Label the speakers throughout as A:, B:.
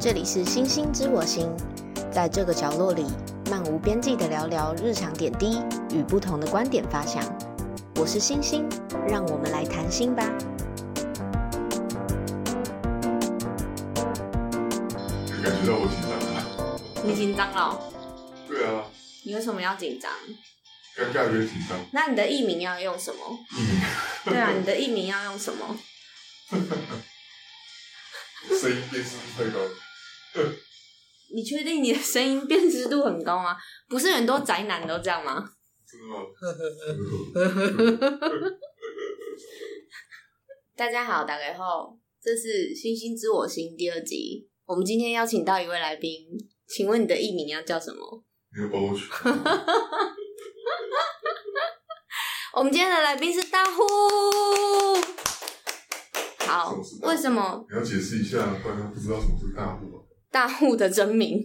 A: 这里是星星知我心，在这个角落里，漫无边际的聊聊日常点滴与不同的观点发想。我是星星，让我们来谈心吧。
B: 就感觉到我紧张了。
C: 你紧张了哦？
B: 对啊，
C: 你为什么要紧张？
B: 尴尬有点紧张。
C: 那你的艺名要用什么？对啊，你的艺名要用什么？
B: 声音辨识度太高了，
C: 你确定你的声音辨识度很高吗？不是很多宅男都这样吗？
B: 真的吗？
C: 大家好，大家好，这是《星星知我心》第二集。我们今天邀请到一位来宾，请问你的艺名要叫什么？
B: 你要帮我取？
C: 我们今天的来宾是大呼。好
B: 什么是大，户
C: 为什么
B: 你要解释一下，不然不知道什么是大户啊。
C: 大户的真名，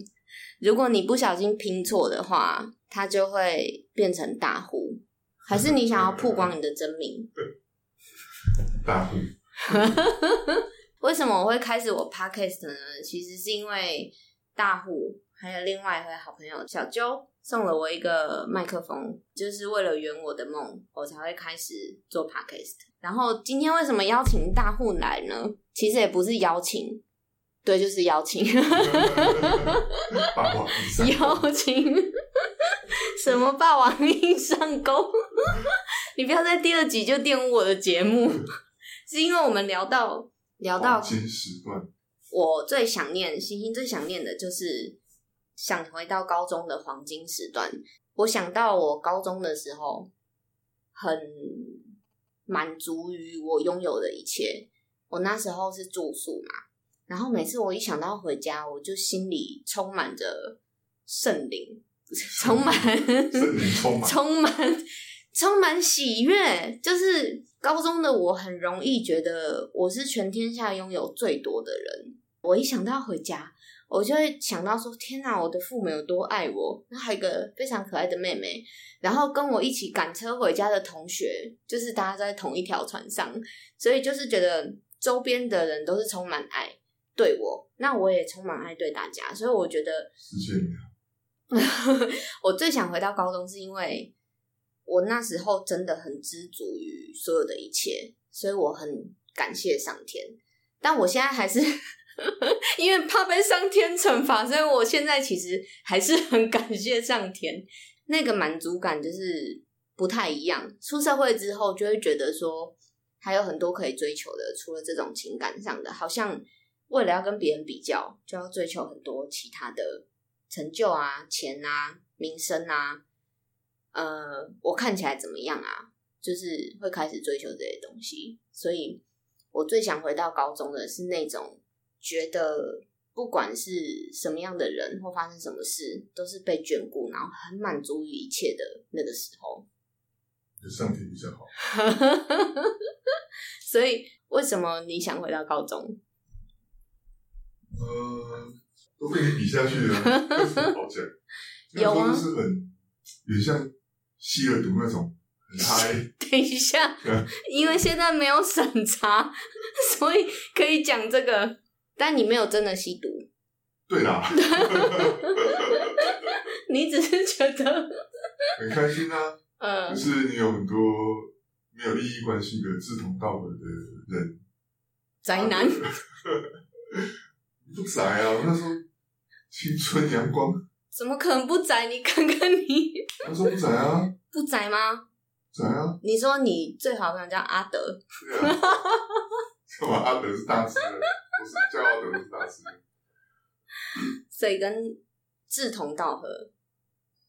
C: 如果你不小心拼错的话，它就会变成大户。还是你想要曝光你的真名？
B: 大户，
C: 为什么我会开始我 podcast 呢？其实是因为大户还有另外一位好朋友小啾送了我一个麦克风，就是为了圆我的梦，我才会开始做 podcast。然后今天为什么邀请大户来呢？其实也不是邀请，对，就是邀请。
B: 霸王硬上弓。
C: 邀请什么霸王硬上弓？ 你不要在第二集就玷污我的节目，是因为我们聊到聊到
B: 黄金时段，
C: 我最想念星星最想念的就是想回到高中的黄金时段。我想到我高中的时候，很满足于我拥有的一切。我那时候是住宿嘛，然后每次我一想到回家，我就心里充满着圣灵， 不是充满
B: 森林充满。
C: 充满充满喜悦，就是高中的我很容易觉得我是全天下拥有最多的人。我一想到回家，我就会想到说：天哪，我的父母有多爱我！然后还有一个非常可爱的妹妹，然后跟我一起赶车回家的同学，就是大家在同一条船上，所以就是觉得周边的人都是充满爱对我，那我也充满爱对大家，所以我觉得
B: 谢谢你啊，
C: 我最想回到高中，是因为我那时候真的很知足于所有的一切，所以我很感谢上天。但我现在还是 因为怕被上天惩罚，所以我现在其实还是很感谢上天。那个满足感就是不太一样。出社会之后，就会觉得说还有很多可以追求的，除了这种情感上的，好像为了要跟别人比较，就要追求很多其他的成就啊、钱啊、名声啊，呃，我看起来怎么样啊？就是会开始追求这些东西。所以我最想回到高中的是那种觉得不管是什么样的人或发生什么事，都是被眷顾，然后很满足于一切的那个时候。
B: 有上天比较好。
C: 所以为什么你想回到高中？
B: 呃，都被你比下去了，有什么好讲？那时候
C: 有啊
B: 就是很，有点像吸了毒那种，很嗨。
C: 等一下
B: 嗯，
C: 因为现在没有审查， 所以可以讲这个。但你没有真的吸毒，
B: 对啦，
C: 你只是觉得，
B: 很开心啊。
C: 嗯
B: 就，是你有很多没有利益关系的志同道合的人，
C: 宅男，
B: 不宅啊！我那时候青春阳光，
C: 怎么可能不宅？你看看你，
B: 那时候不宅啊，
C: 不宅吗？
B: 宅啊，
C: 你说你最好的朋友叫阿德，
B: 对啊。干嘛阿德是大师的，我是叫阿德是大师的。
C: 所以跟志同道合，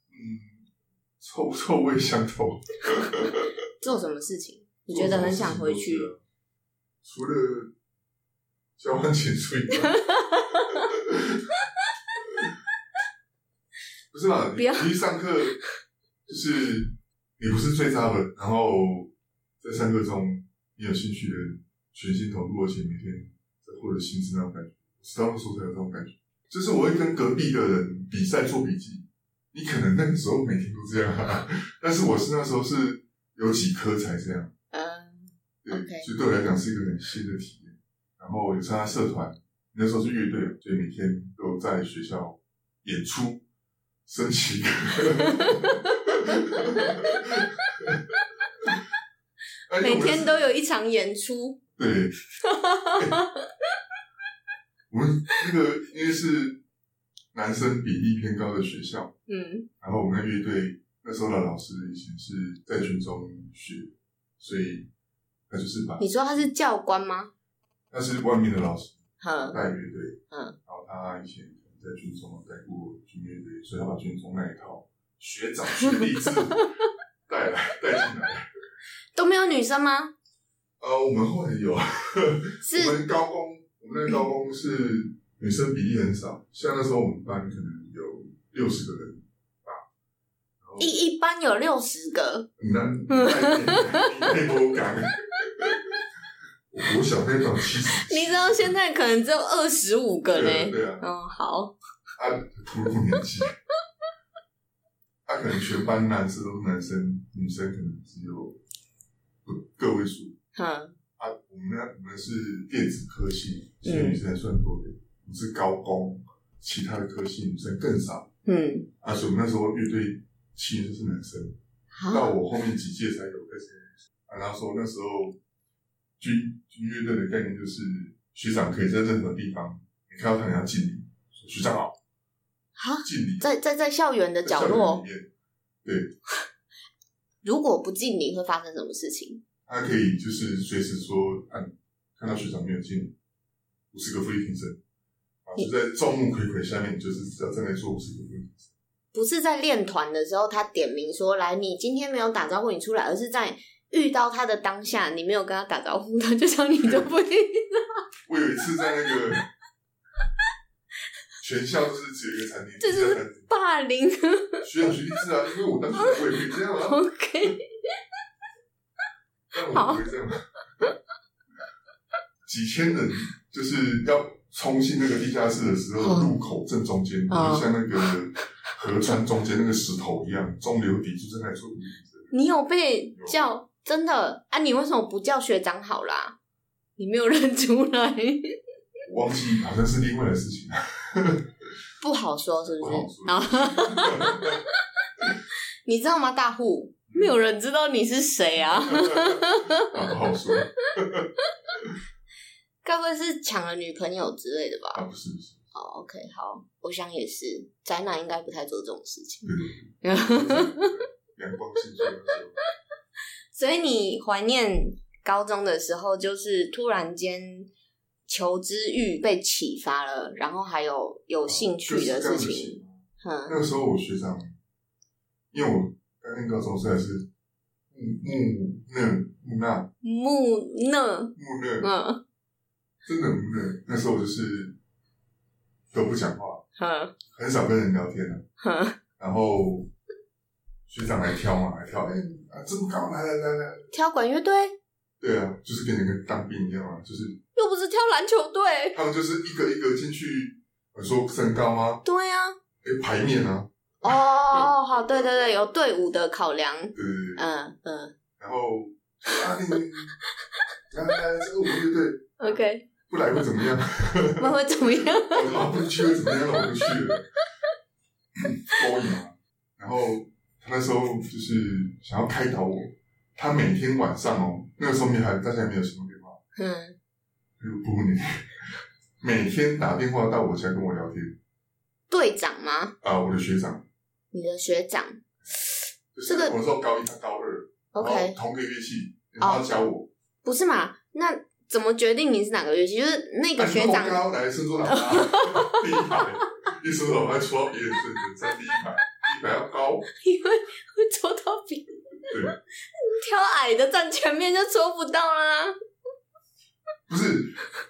B: 嗯，臭臭味相投。
C: 做什么事情你觉得很想回去？
B: 除了交换情书以外， 不是啦，
C: 不
B: 你
C: 要
B: 你一上课就是你不是最差的，然后在上课中你有兴趣的全心投入，而且每天在获得新知那种感觉，直到那时候才有这种感觉。就是我会跟隔壁的人比赛做笔记，你可能那个时候每天都这样、啊，但是我是那时候是有几科才这样。
C: 嗯，
B: 对
C: OK
B: 所以对我来讲是一个很新的体验。然后有参加社团，那时候是乐队，所以每天都在学校演出，升 旗。哎
C: 每天都有一场演出，
B: 对， 我们那个因为是男生比例偏高的学校，
C: 嗯，
B: 然后我们的乐队那时候的老师以前是在军中学，所以他就是把
C: 你说他是教官吗？
B: 他是外面的老师
C: 哼，
B: 带乐队，
C: 嗯
B: 然后他以前在军中带过军乐队，所以他把军中那一套学长学弟制带来带进来。
C: 都没有女生吗？
B: 呃，我们后来有。我
C: 是
B: 们高工，我们那高工是女生比例很少，像那时候我们班可能有六十个人吧，然后
C: 一一班有六十个，
B: 你那你太多感，我我小那种七十，
C: 你知道现在可能只有二十五个
B: 对啊
C: 呢。
B: 对啊，
C: 哦，好，
B: 啊，突入年纪，他、可能全班男生都是男生，女生可能只有不个位数，
C: 哼，
B: 啊，我们那我们是电子科系，所以女生还算多的。我们是高工，其他的科系女生更少。
C: 嗯，
B: 啊，所以我们那时候乐队其实就是男生，到
C: 好，
B: 我后面几届才有那些。啊，然后说那时候军军乐队的概念就是学长可以在任何地方，你看到他你要敬礼，说学长好，
C: 好，
B: 敬礼。
C: 在在在校园的
B: 在
C: 角
B: 校园
C: 落
B: 里，面，对，
C: 如果不敬礼会发生什么事情？
B: 他可以就是随时说，按看到学长没有敬礼，五十个伏地挺身。啊，就在众目睽睽下面，你就是只要站在做五十个伏地挺身。
C: 不是在练团的时候，他点名说来，你今天没有打招呼，你出来，而是在遇到他的当下，你没有跟他打招呼，他就叫你都不听。
B: 我有一次在那 个全校就是只有一个餐厅，
C: 这就是
B: 一家餐厅
C: 霸 凌
B: 嗯学长学弟制啊，因为我当时我也可以这样啊，
C: ，OK，
B: 但我不会这样、啊。几千人就是要冲进那个地下室的时候，
C: 嗯
B: 路口正中间，
C: 嗯
B: 就像那个河川中间那个石头一样，中流砥柱在那里做砥柱。
C: 你有被叫真的啊？你为什么不叫学长好啦？你没有认出来，
B: 我忘记好像是另外的事 情了，
C: 不好说是
B: 不
C: 不
B: 好
C: 是？
B: 说。
C: 然后 你知道吗？大户没有人知道你是谁啊，
B: 啊，不好说啊，
C: 该不会是抢了女朋友之类的吧？
B: 啊不是不是，
C: 哦，OK，好，我想也是，宅男应该不太做这种事情。
B: 对对阳光青春的时候。
C: 所以你怀念高中的时候，就是突然间求知欲被启发了，然后还有有兴趣的事情，。嗯
B: 那个时候我学长，因为我刚念高中虽然是木木讷木讷
C: 木讷，
B: 木讷，
C: 嗯
B: 真的木讷。那时候我就是都不讲话，
C: 哼
B: 很少跟人聊天的、
C: 哼，
B: 然后学长来挑嘛，来挑，哎、啊这么高，来来来来，
C: 挑管乐队
B: 对啊，就是跟那个当兵一样啊，就是
C: 又不是挑篮球队，
B: 他们就是一个一个进去，我说身高吗？
C: 对啊，
B: 哎、排面啊，
C: 哦哦好，对对对，有队伍的考量，
B: 对对对，
C: 嗯嗯
B: 然后啊你，来来来，这个我们乐队。
C: ，OK，
B: 不来会怎么样？
C: 那会怎么样？
B: 我说啊不去会怎么样？我就去了，勾引嘛。然后他那时候就是想要开导我，他每天晚上哦，那个时候没还大家还没有行动电话，
C: 嗯，
B: 还有不你，每天打电话到我家跟我聊天
C: 队长吗？
B: 啊，我的学长，
C: 你的学长
B: 就是
C: 这个
B: 我那时候高一，他高二然后
C: ，OK，
B: 同个乐器，然后他教我，
C: 不是嘛？那怎么决定你是哪个乐器？就是那个
B: 啊
C: 学
B: 你
C: 长
B: 够高来伸出喇叭，第一排，一伸出喇叭戳到别人身子，在第一排，第一排要高。
C: 因为会戳到别人。
B: 对
C: 挑矮的站前面就戳不到啦。
B: 不是，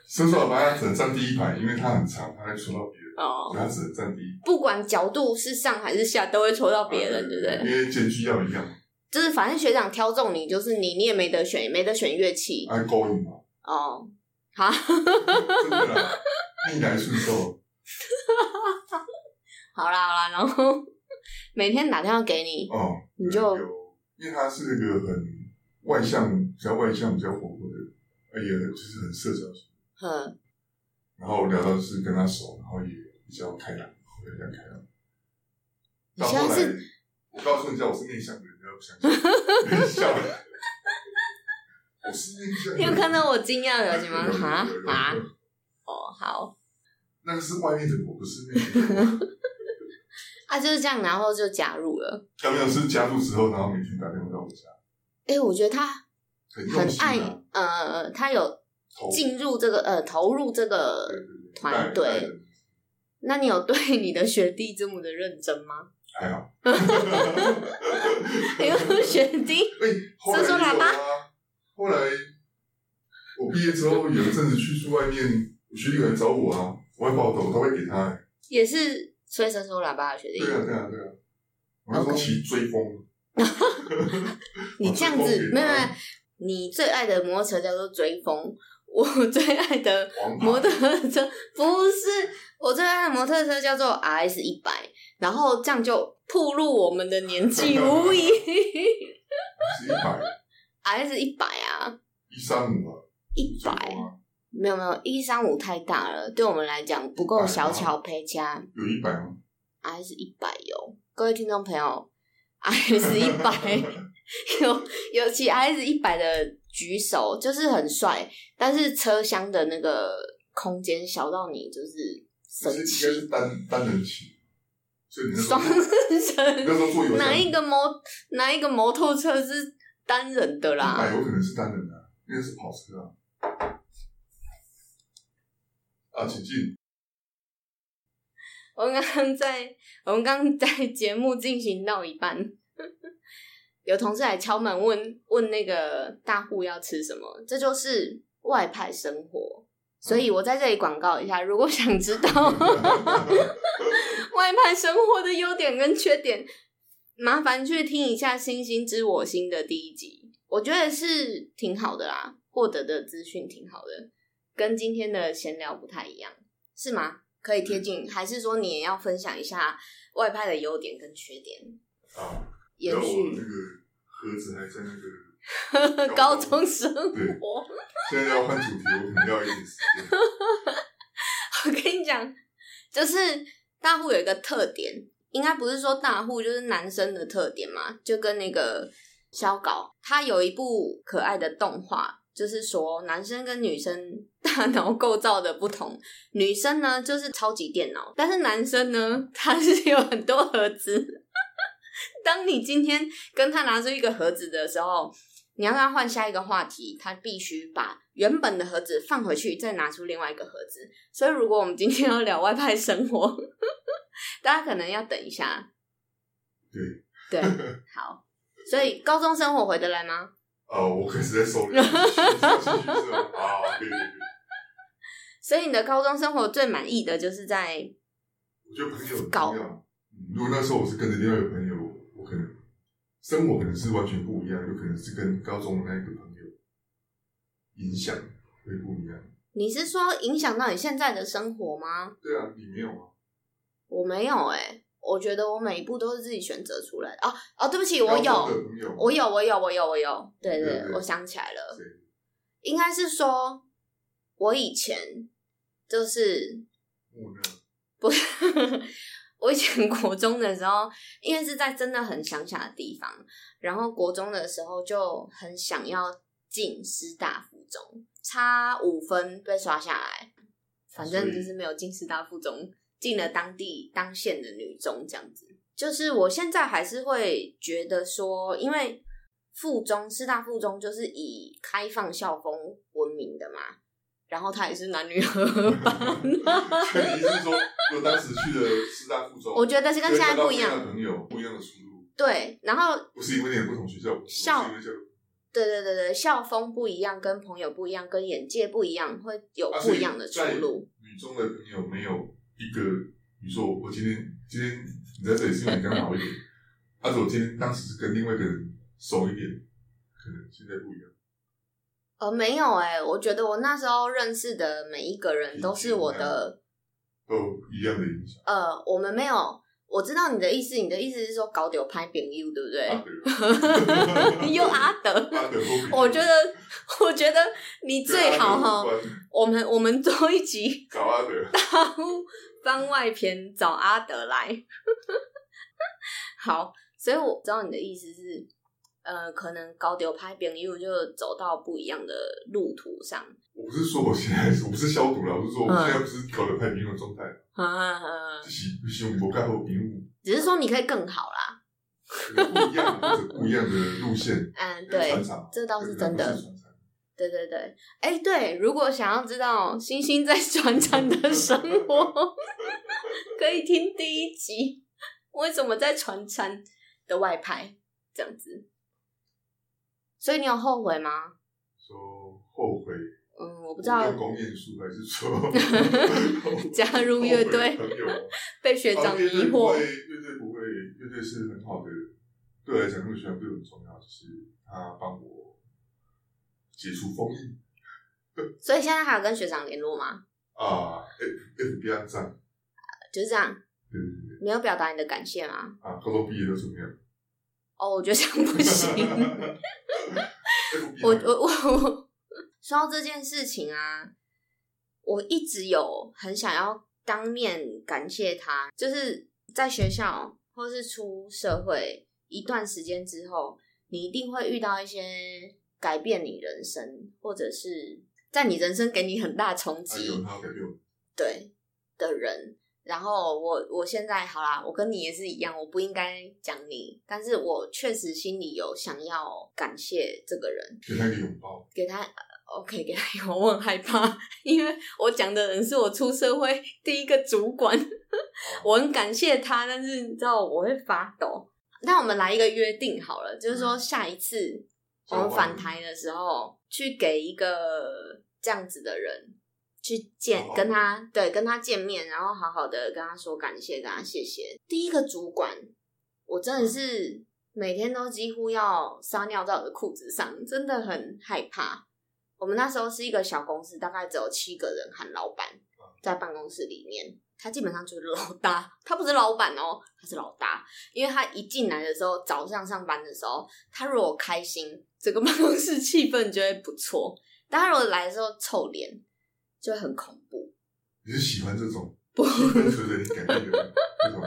B: 伸手把他只能站第一排，因为他很长，他会戳到别人，所
C: 哦
B: 以，他只能站第一
C: 不管角度是上还是下，都会戳到
B: 排。
C: 别人，对不对？
B: 因为间距要 一样，
C: 就是反正学长挑中你，就是你，你也没得选，也没得选乐器
B: 爱啊勾引嘛，
C: 哦。好，
B: 真的啦，逆来顺受。
C: 好啦好啦，然后 每天打电话给你，
B: 哦、
C: 你就
B: 有，因为他是那个很外哎向，比较外向，比较活泼的人，而且就是很社交型。
C: 嗯
B: 然后聊到就是跟他熟，然后也比较开朗，我也比较开朗。
C: 你
B: 到
C: 现
B: 后
C: 在
B: 来
C: 是，
B: 我告诉你，我是内向的人，不要不相信，内 向的人。我是内向的人。
C: 你有看到我惊讶的表情吗？
B: 有有有
C: 哈
B: 有有
C: 哈，哦，好
B: 那个是外面的我，不是内面的我。
C: 啊，就是这样，然后就加入了。
B: 他没有是加入之后，然后每天打电话到我家，
C: 哎、我觉得他
B: 很
C: 很
B: 用心
C: 爱
B: 啊，
C: 呃，他有
B: 投
C: 进入这个呃投入这个
B: 对对对
C: 团
B: 带带
C: 队。
B: 人
C: 那你有对你的学弟这么的认真吗？
B: 还 好。
C: 因为学弟
B: 哎、后来
C: 说说来
B: 有
C: 吧
B: 啊。后来我毕业之后，有一阵子去住外面，我学弟有来找我啊，我会报抖，都会给他、欸。
C: 也是吹伸缩喇叭的学弟
B: 对，啊，对啊，对啊。我那时候
C: OK
B: 骑追风，
C: 你这样
B: 哦我追风给
C: 子
B: 他
C: 没有没有，你最爱的摩托车叫做追风，我 最爱的
B: 黄牌
C: 摩托车不是我最爱的摩托车叫做 RS 一百，然后这样就暴露我们的 年纪无疑。
B: 是一百
C: RS 一百啊，
B: 一三五啊，
C: 一
B: 追
C: 百
B: 风啊，
C: 没有没有一三五太大了，对我们来讲不够小巧陪家。
B: 有一百吗？
C: RS 一百有，各位听众朋友，RS 一百有尤其 RS 一百的举手就是很帅，但是车厢的那个空间小到你就是
B: 就是
C: 神
B: 应该
C: 奇，
B: 是单单人骑，所以你那时
C: 双
B: 候
C: 人
B: 你那时
C: 车。
B: 候坐游
C: 哪
B: 艇，
C: 一个摩哪一个摩托车是单人的
B: 一
C: 啦？
B: 百有可能是单人的、啊，因为是跑车啊。啊，请进。
C: 我们刚刚在我们刚刚在 节目进行到一半， 有同事来敲门问问那个大户要吃什么，这就是外派生活。所以我在这里广告一下，如果想知道外派生活的优点跟缺点，麻烦去听一下《星星知我心》的第一集，我觉得是挺好的啦，获得的资讯挺好的，跟今天的闲聊不太一样，是吗？可以贴近，还是说你也要分享一下外派的优点跟缺点？
B: 啊，
C: 延
B: 然后我那
C: 续
B: 个盒子还在那个，
C: 高中生
B: 对
C: 活，
B: 现在要换主题，我可能要一点时间。
C: 我跟你讲，就是大户有一个特点，应该不是说大户，就是男生的特点嘛，就跟那个小搞，他有一部可爱的动画，就是说男生跟女生 大脑构造的不同，女生呢就是超级电脑，但是男生呢， 他是有很多盒子。当你今天跟他拿出一个盒子的时候，你要跟他换下一个话题，他必须把原本的盒子放回去，再拿出另外一个盒子。所以，如果我们今天要聊外派生活， 大家可能要等一下。
B: 对
C: 对，好。所以，高中生活回得来吗？
B: 啊，我开始在收 敛，继续继续是吗？啊，对对对，
C: 所以，你的高中生活最满意的就是在
B: 我觉得朋友很
C: 搞
B: 重要。嗯，如果那时候我是跟着另外一个朋友，我可能生活可能是完全不一样，有可能是跟高中的那一个朋友影响会不一样。
C: 你是说影响到你现在的生活吗？
B: 对啊，你没有啊？
C: 我没有哎、我觉得我每一步都是自己选择出来的。哦哦，对不起，我
B: 高中
C: 有，
B: 的朋友，
C: 我有，我有，我有，我有。对对
B: 对
C: 对
B: 对
C: 我想起来了。
B: 谁
C: 应该是说，我以前就是
B: 木讷，
C: 不是，我以前国中的时候，因为是在真的很乡下的地方，然后国中的时候就很想要进师大附中，差五分被刷下来，反正就是没有进师大附中，进了当地当县的女中这样子。就是我现在还是会觉得说，因为附中师大附中就是以开放校风闻名的嘛，然后它也是男女 合 班。
B: 所以你是说，如果当时去了师大附中，
C: 我觉得是跟现在不一
B: 就会交到
C: 样。
B: 的朋友不一样的出路，
C: 对，然后
B: 不是因为念不同学校，不是
C: 校
B: 因为这个
C: 对对对对，校风不一样，跟朋友不一样，跟眼界不一样，会有
B: 啊
C: 不一样的出路。。
B: 所以在女中的朋友没有一个，你说我今天今天你在这里是因为你刚好一点，但是我今天当时是跟另外一个人熟一点，可能现在不一样。
C: 呃，没有哎、我觉得我那时候认识的每一个人都是我的，
B: 都一样的影响。
C: 呃，我们没有，我知道你的意思，你的意思是说搞丢拍朋友，对不
B: 阿
C: 对？
B: 德，
C: 你又阿 德，
B: 阿德啊后面，
C: 我觉得，我觉得你
B: 啊
C: 最好哈。
B: 跟阿德有关
C: 我们我们做一集
B: 找啊阿德，
C: 大屋 番外篇，找阿德来。 好，所以我知道你的意思是，呃，可能搞丢拍朋友就走到不一样的路途上。
B: 我不是说我现在是，我不是消毒了，我是
C: 嗯
B: 说我现在不是搞得太平庸的状态，
C: 啊，
B: 喜喜欢不干后平庸，
C: 只是说你可以更好啦。
B: 可能不一样的不一样的路线，
C: 嗯，对
B: 传，承，
C: 这倒是真
B: 不
C: 的
B: 是。传承
C: 对对对，哎、对，如果想要知道星星在船长的生活， 可以听第一集，为什么在船长的外拍这样子。所以你有后悔吗？
B: 说后悔，
C: 嗯，我
B: 我
C: 不知道
B: 用公演数还是说
C: 加入乐 队
B: 后悔的朋友。
C: 被学
B: 啊
C: 长迷
B: 乐队不
C: 惑
B: 会，，乐队不会，乐队是很好的，对我来讲，那个学长对我很重要，就是他帮我解除封印
C: 所以现在还有跟学长联络吗？
B: 啊，F F B 暗赞，
C: 就是这样，
B: 对对对，
C: 没有表达你的感谢吗？
B: 啊，高中毕业都怎么样？
C: 哦，我觉得这样不行。
B: FB
C: 我我我 我说到这件事情啊，我一直有很想要当面感谢他，就是在学校或是出社会一段时间之后，你一定会遇到一些改变你人生，或者是在你人生给你很大冲
B: 还
C: 击。
B: 有他改变我，
C: 对的人。然后我我现在好啦，我跟你也是一样，我不应该讲你，但是我确实心里有想要感谢这个人，
B: 给他一个拥抱，
C: 给他呃 OK 给他一个，我很害怕，因为我讲的人是我出社会第一个主管，我很感谢他，但是你知道我会发抖。那我们来一个约定好了，就是说下一次我们返台的时候，去给一个这样子的人去见
B: 好，好
C: 跟他对跟他见面，然后好好的跟他说感谢，跟他谢谢。第一个主管，我真的是每天都几乎要撒尿在我的裤子上，真的很害怕。我们那时候是一个小公司，大概只有七个人和老板在办公室里面，他基本上就是老大，他不是老板哦，他是老大，因为他一进来的时候，早上上班的时候，他如果开心，整个办公室气氛就会不错；但他如果来的时候臭脸，就会很恐怖。
B: 你是喜欢这种
C: 不，
B: 跟随着你改变的人那种，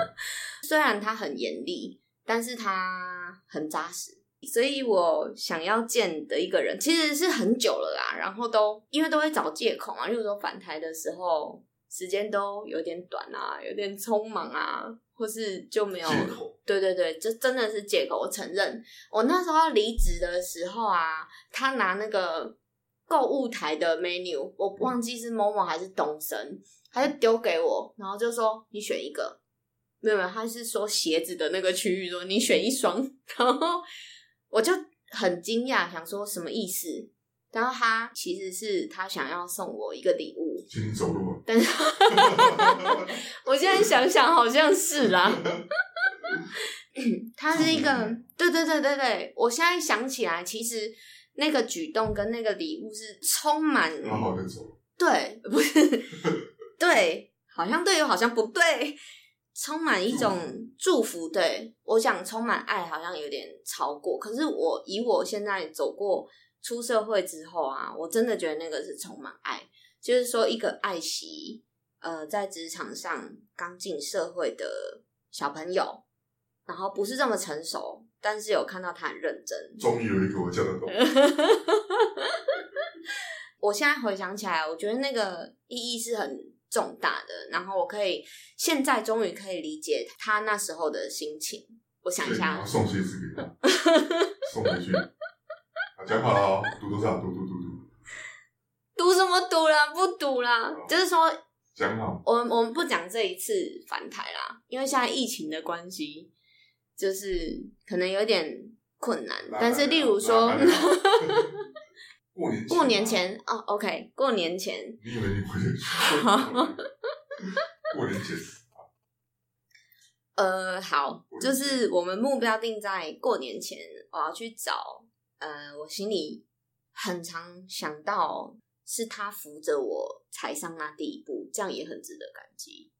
C: 虽然他很严厉，但是他很扎实。所以我想要见的一个人，其实是很久了啦，然后都因为都会找借口啊，例如说返台的时候时间都有点短啊，有点匆忙啊，或是就没有
B: 借口，
C: 对对对，这真的是借口，我承认。我那时候要离职的时候啊，他拿那个购物台的 menu，我忘记是某某还是东森，他就丢给我，然后就说你选一个。没有没有，他是说鞋子的那个区域，说你选一双， 然后我就很惊讶，想说什么意思？然后他其实是他想要送我一个礼物，
B: 请你走路啊，
C: 但是我现在想想好像是 啦。他是一个，对对对对对，我现在想起来，其实那个举动跟那个礼物是充满
B: 好好的走，
C: 对，不是 对，好像对又好像不对，充满一种祝福。对我想充满爱，好像有点超过。可是我以我现在走过出社会之后啊，我真的觉得那个是充满爱，就是说一个爱惜呃在职场上刚进社会的小朋友，然后不是这么成熟，但是有看到他很认真，
B: 终于有一个我叫得动，
C: 我现在回想起来，我觉得那个意义是很重大的。然后我可以现在终于可以理解他那时候的心情。我想
B: 所以
C: 一
B: 你
C: 下
B: 要，送鞋子给他，送回去，啊，讲好了哦，读多少，读读读读，
C: 赌什么赌啦？不赌啦！就是说，
B: 讲好。
C: 我们我们不讲这一次返台啦，因为现在疫情的关系，就是可能有点困难。
B: 拉
C: 但是，例如说
B: 拉拉拉过年
C: 过年
B: 啊，
C: 前哦，OK，过年前
B: 你以为你会过年前
C: 呃，好
B: 过，
C: 就
B: 年
C: 是我们目标定在过年前，我要去找。呃，我心里很常想到是他扶着我踩上那第一步，这样也很值得感激。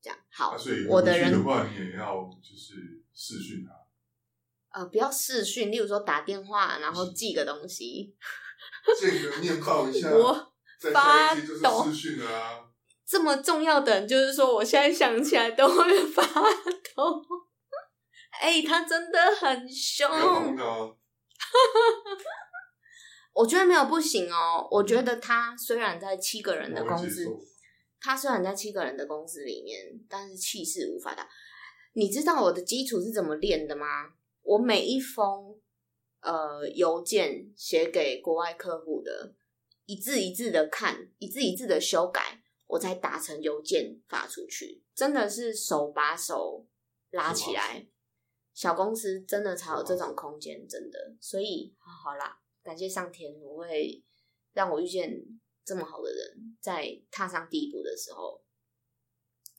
C: 这样好，
B: 啊所以
C: 我的
B: 回去
C: 人
B: 的话，你也要就是视讯啊他，
C: 呃，不要视讯，例如说打电话，然后寄个东西。
B: 见个面报一下，
C: 我
B: 再下一
C: 发
B: 期就是
C: 抖
B: 视讯了 啊。
C: 这么重要的人，就是说我现在想起来都会发抖。 哎、他真的很凶。
B: 没有访问到啊，
C: 我觉得没有不行哦。我觉得他虽然在七个人的
B: 嗯我
C: 工
B: 会接
C: 资
B: 受，
C: 他虽然在七个人的工资里面，但是气势无法打。你知道我的基础是怎么练的吗？我每一封呃邮件写给国外客户的，一字一字的看，一字一字的修改，我才打成邮件发出去。真的是手把手拉起来，小公司真的才有这种空间，真的。所以啊好啦，感谢上天，我会让我遇见这么好的人，在踏上第一步的时候。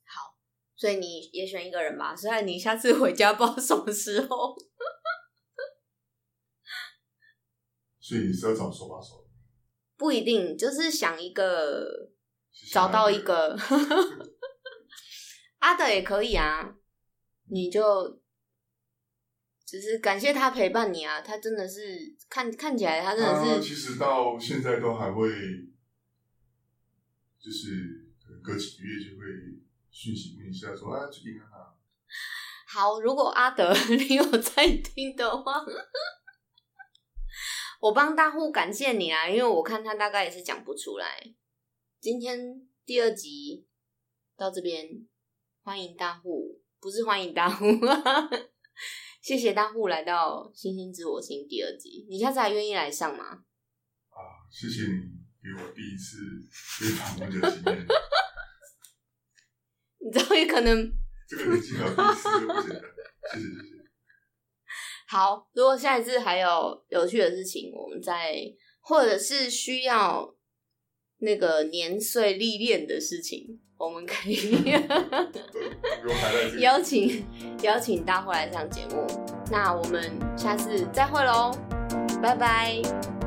C: 好，所以你也选一个人吧。虽然你下次回家不知道什么时候，
B: 所以你是要找手把手，
C: 不一定就是想一个，
B: 是想
C: 找到一
B: 啊
C: 个 阿德也可以啊。你就只是感谢他陪伴你啊，他真的是看看起来他真的
B: 他
C: 是
B: 其实到现在都还会，就是可能隔几个月就会讯息问一下说啊，最近啊，
C: 好，如果阿德 你有在听的话，我帮大户感谢你啊，因为我看他大概也是讲不出来。今天第二集到这边，欢迎大户，不是欢迎大户，啊谢谢大户来到《星星知我心》第二集。你下次还愿意来上吗？
B: 谢谢你给我第一次被访问的经验，
C: 你知道也可能
B: 这个年纪还有第一次就不简单，谢谢谢谢。
C: 好，如果下一次还有有趣的事情，我们再或者是需要那个年岁历练的事情，我们可以
B: 呃不用还在这里
C: 邀请邀请大伙来上节目。那我们下次再会喽，拜拜。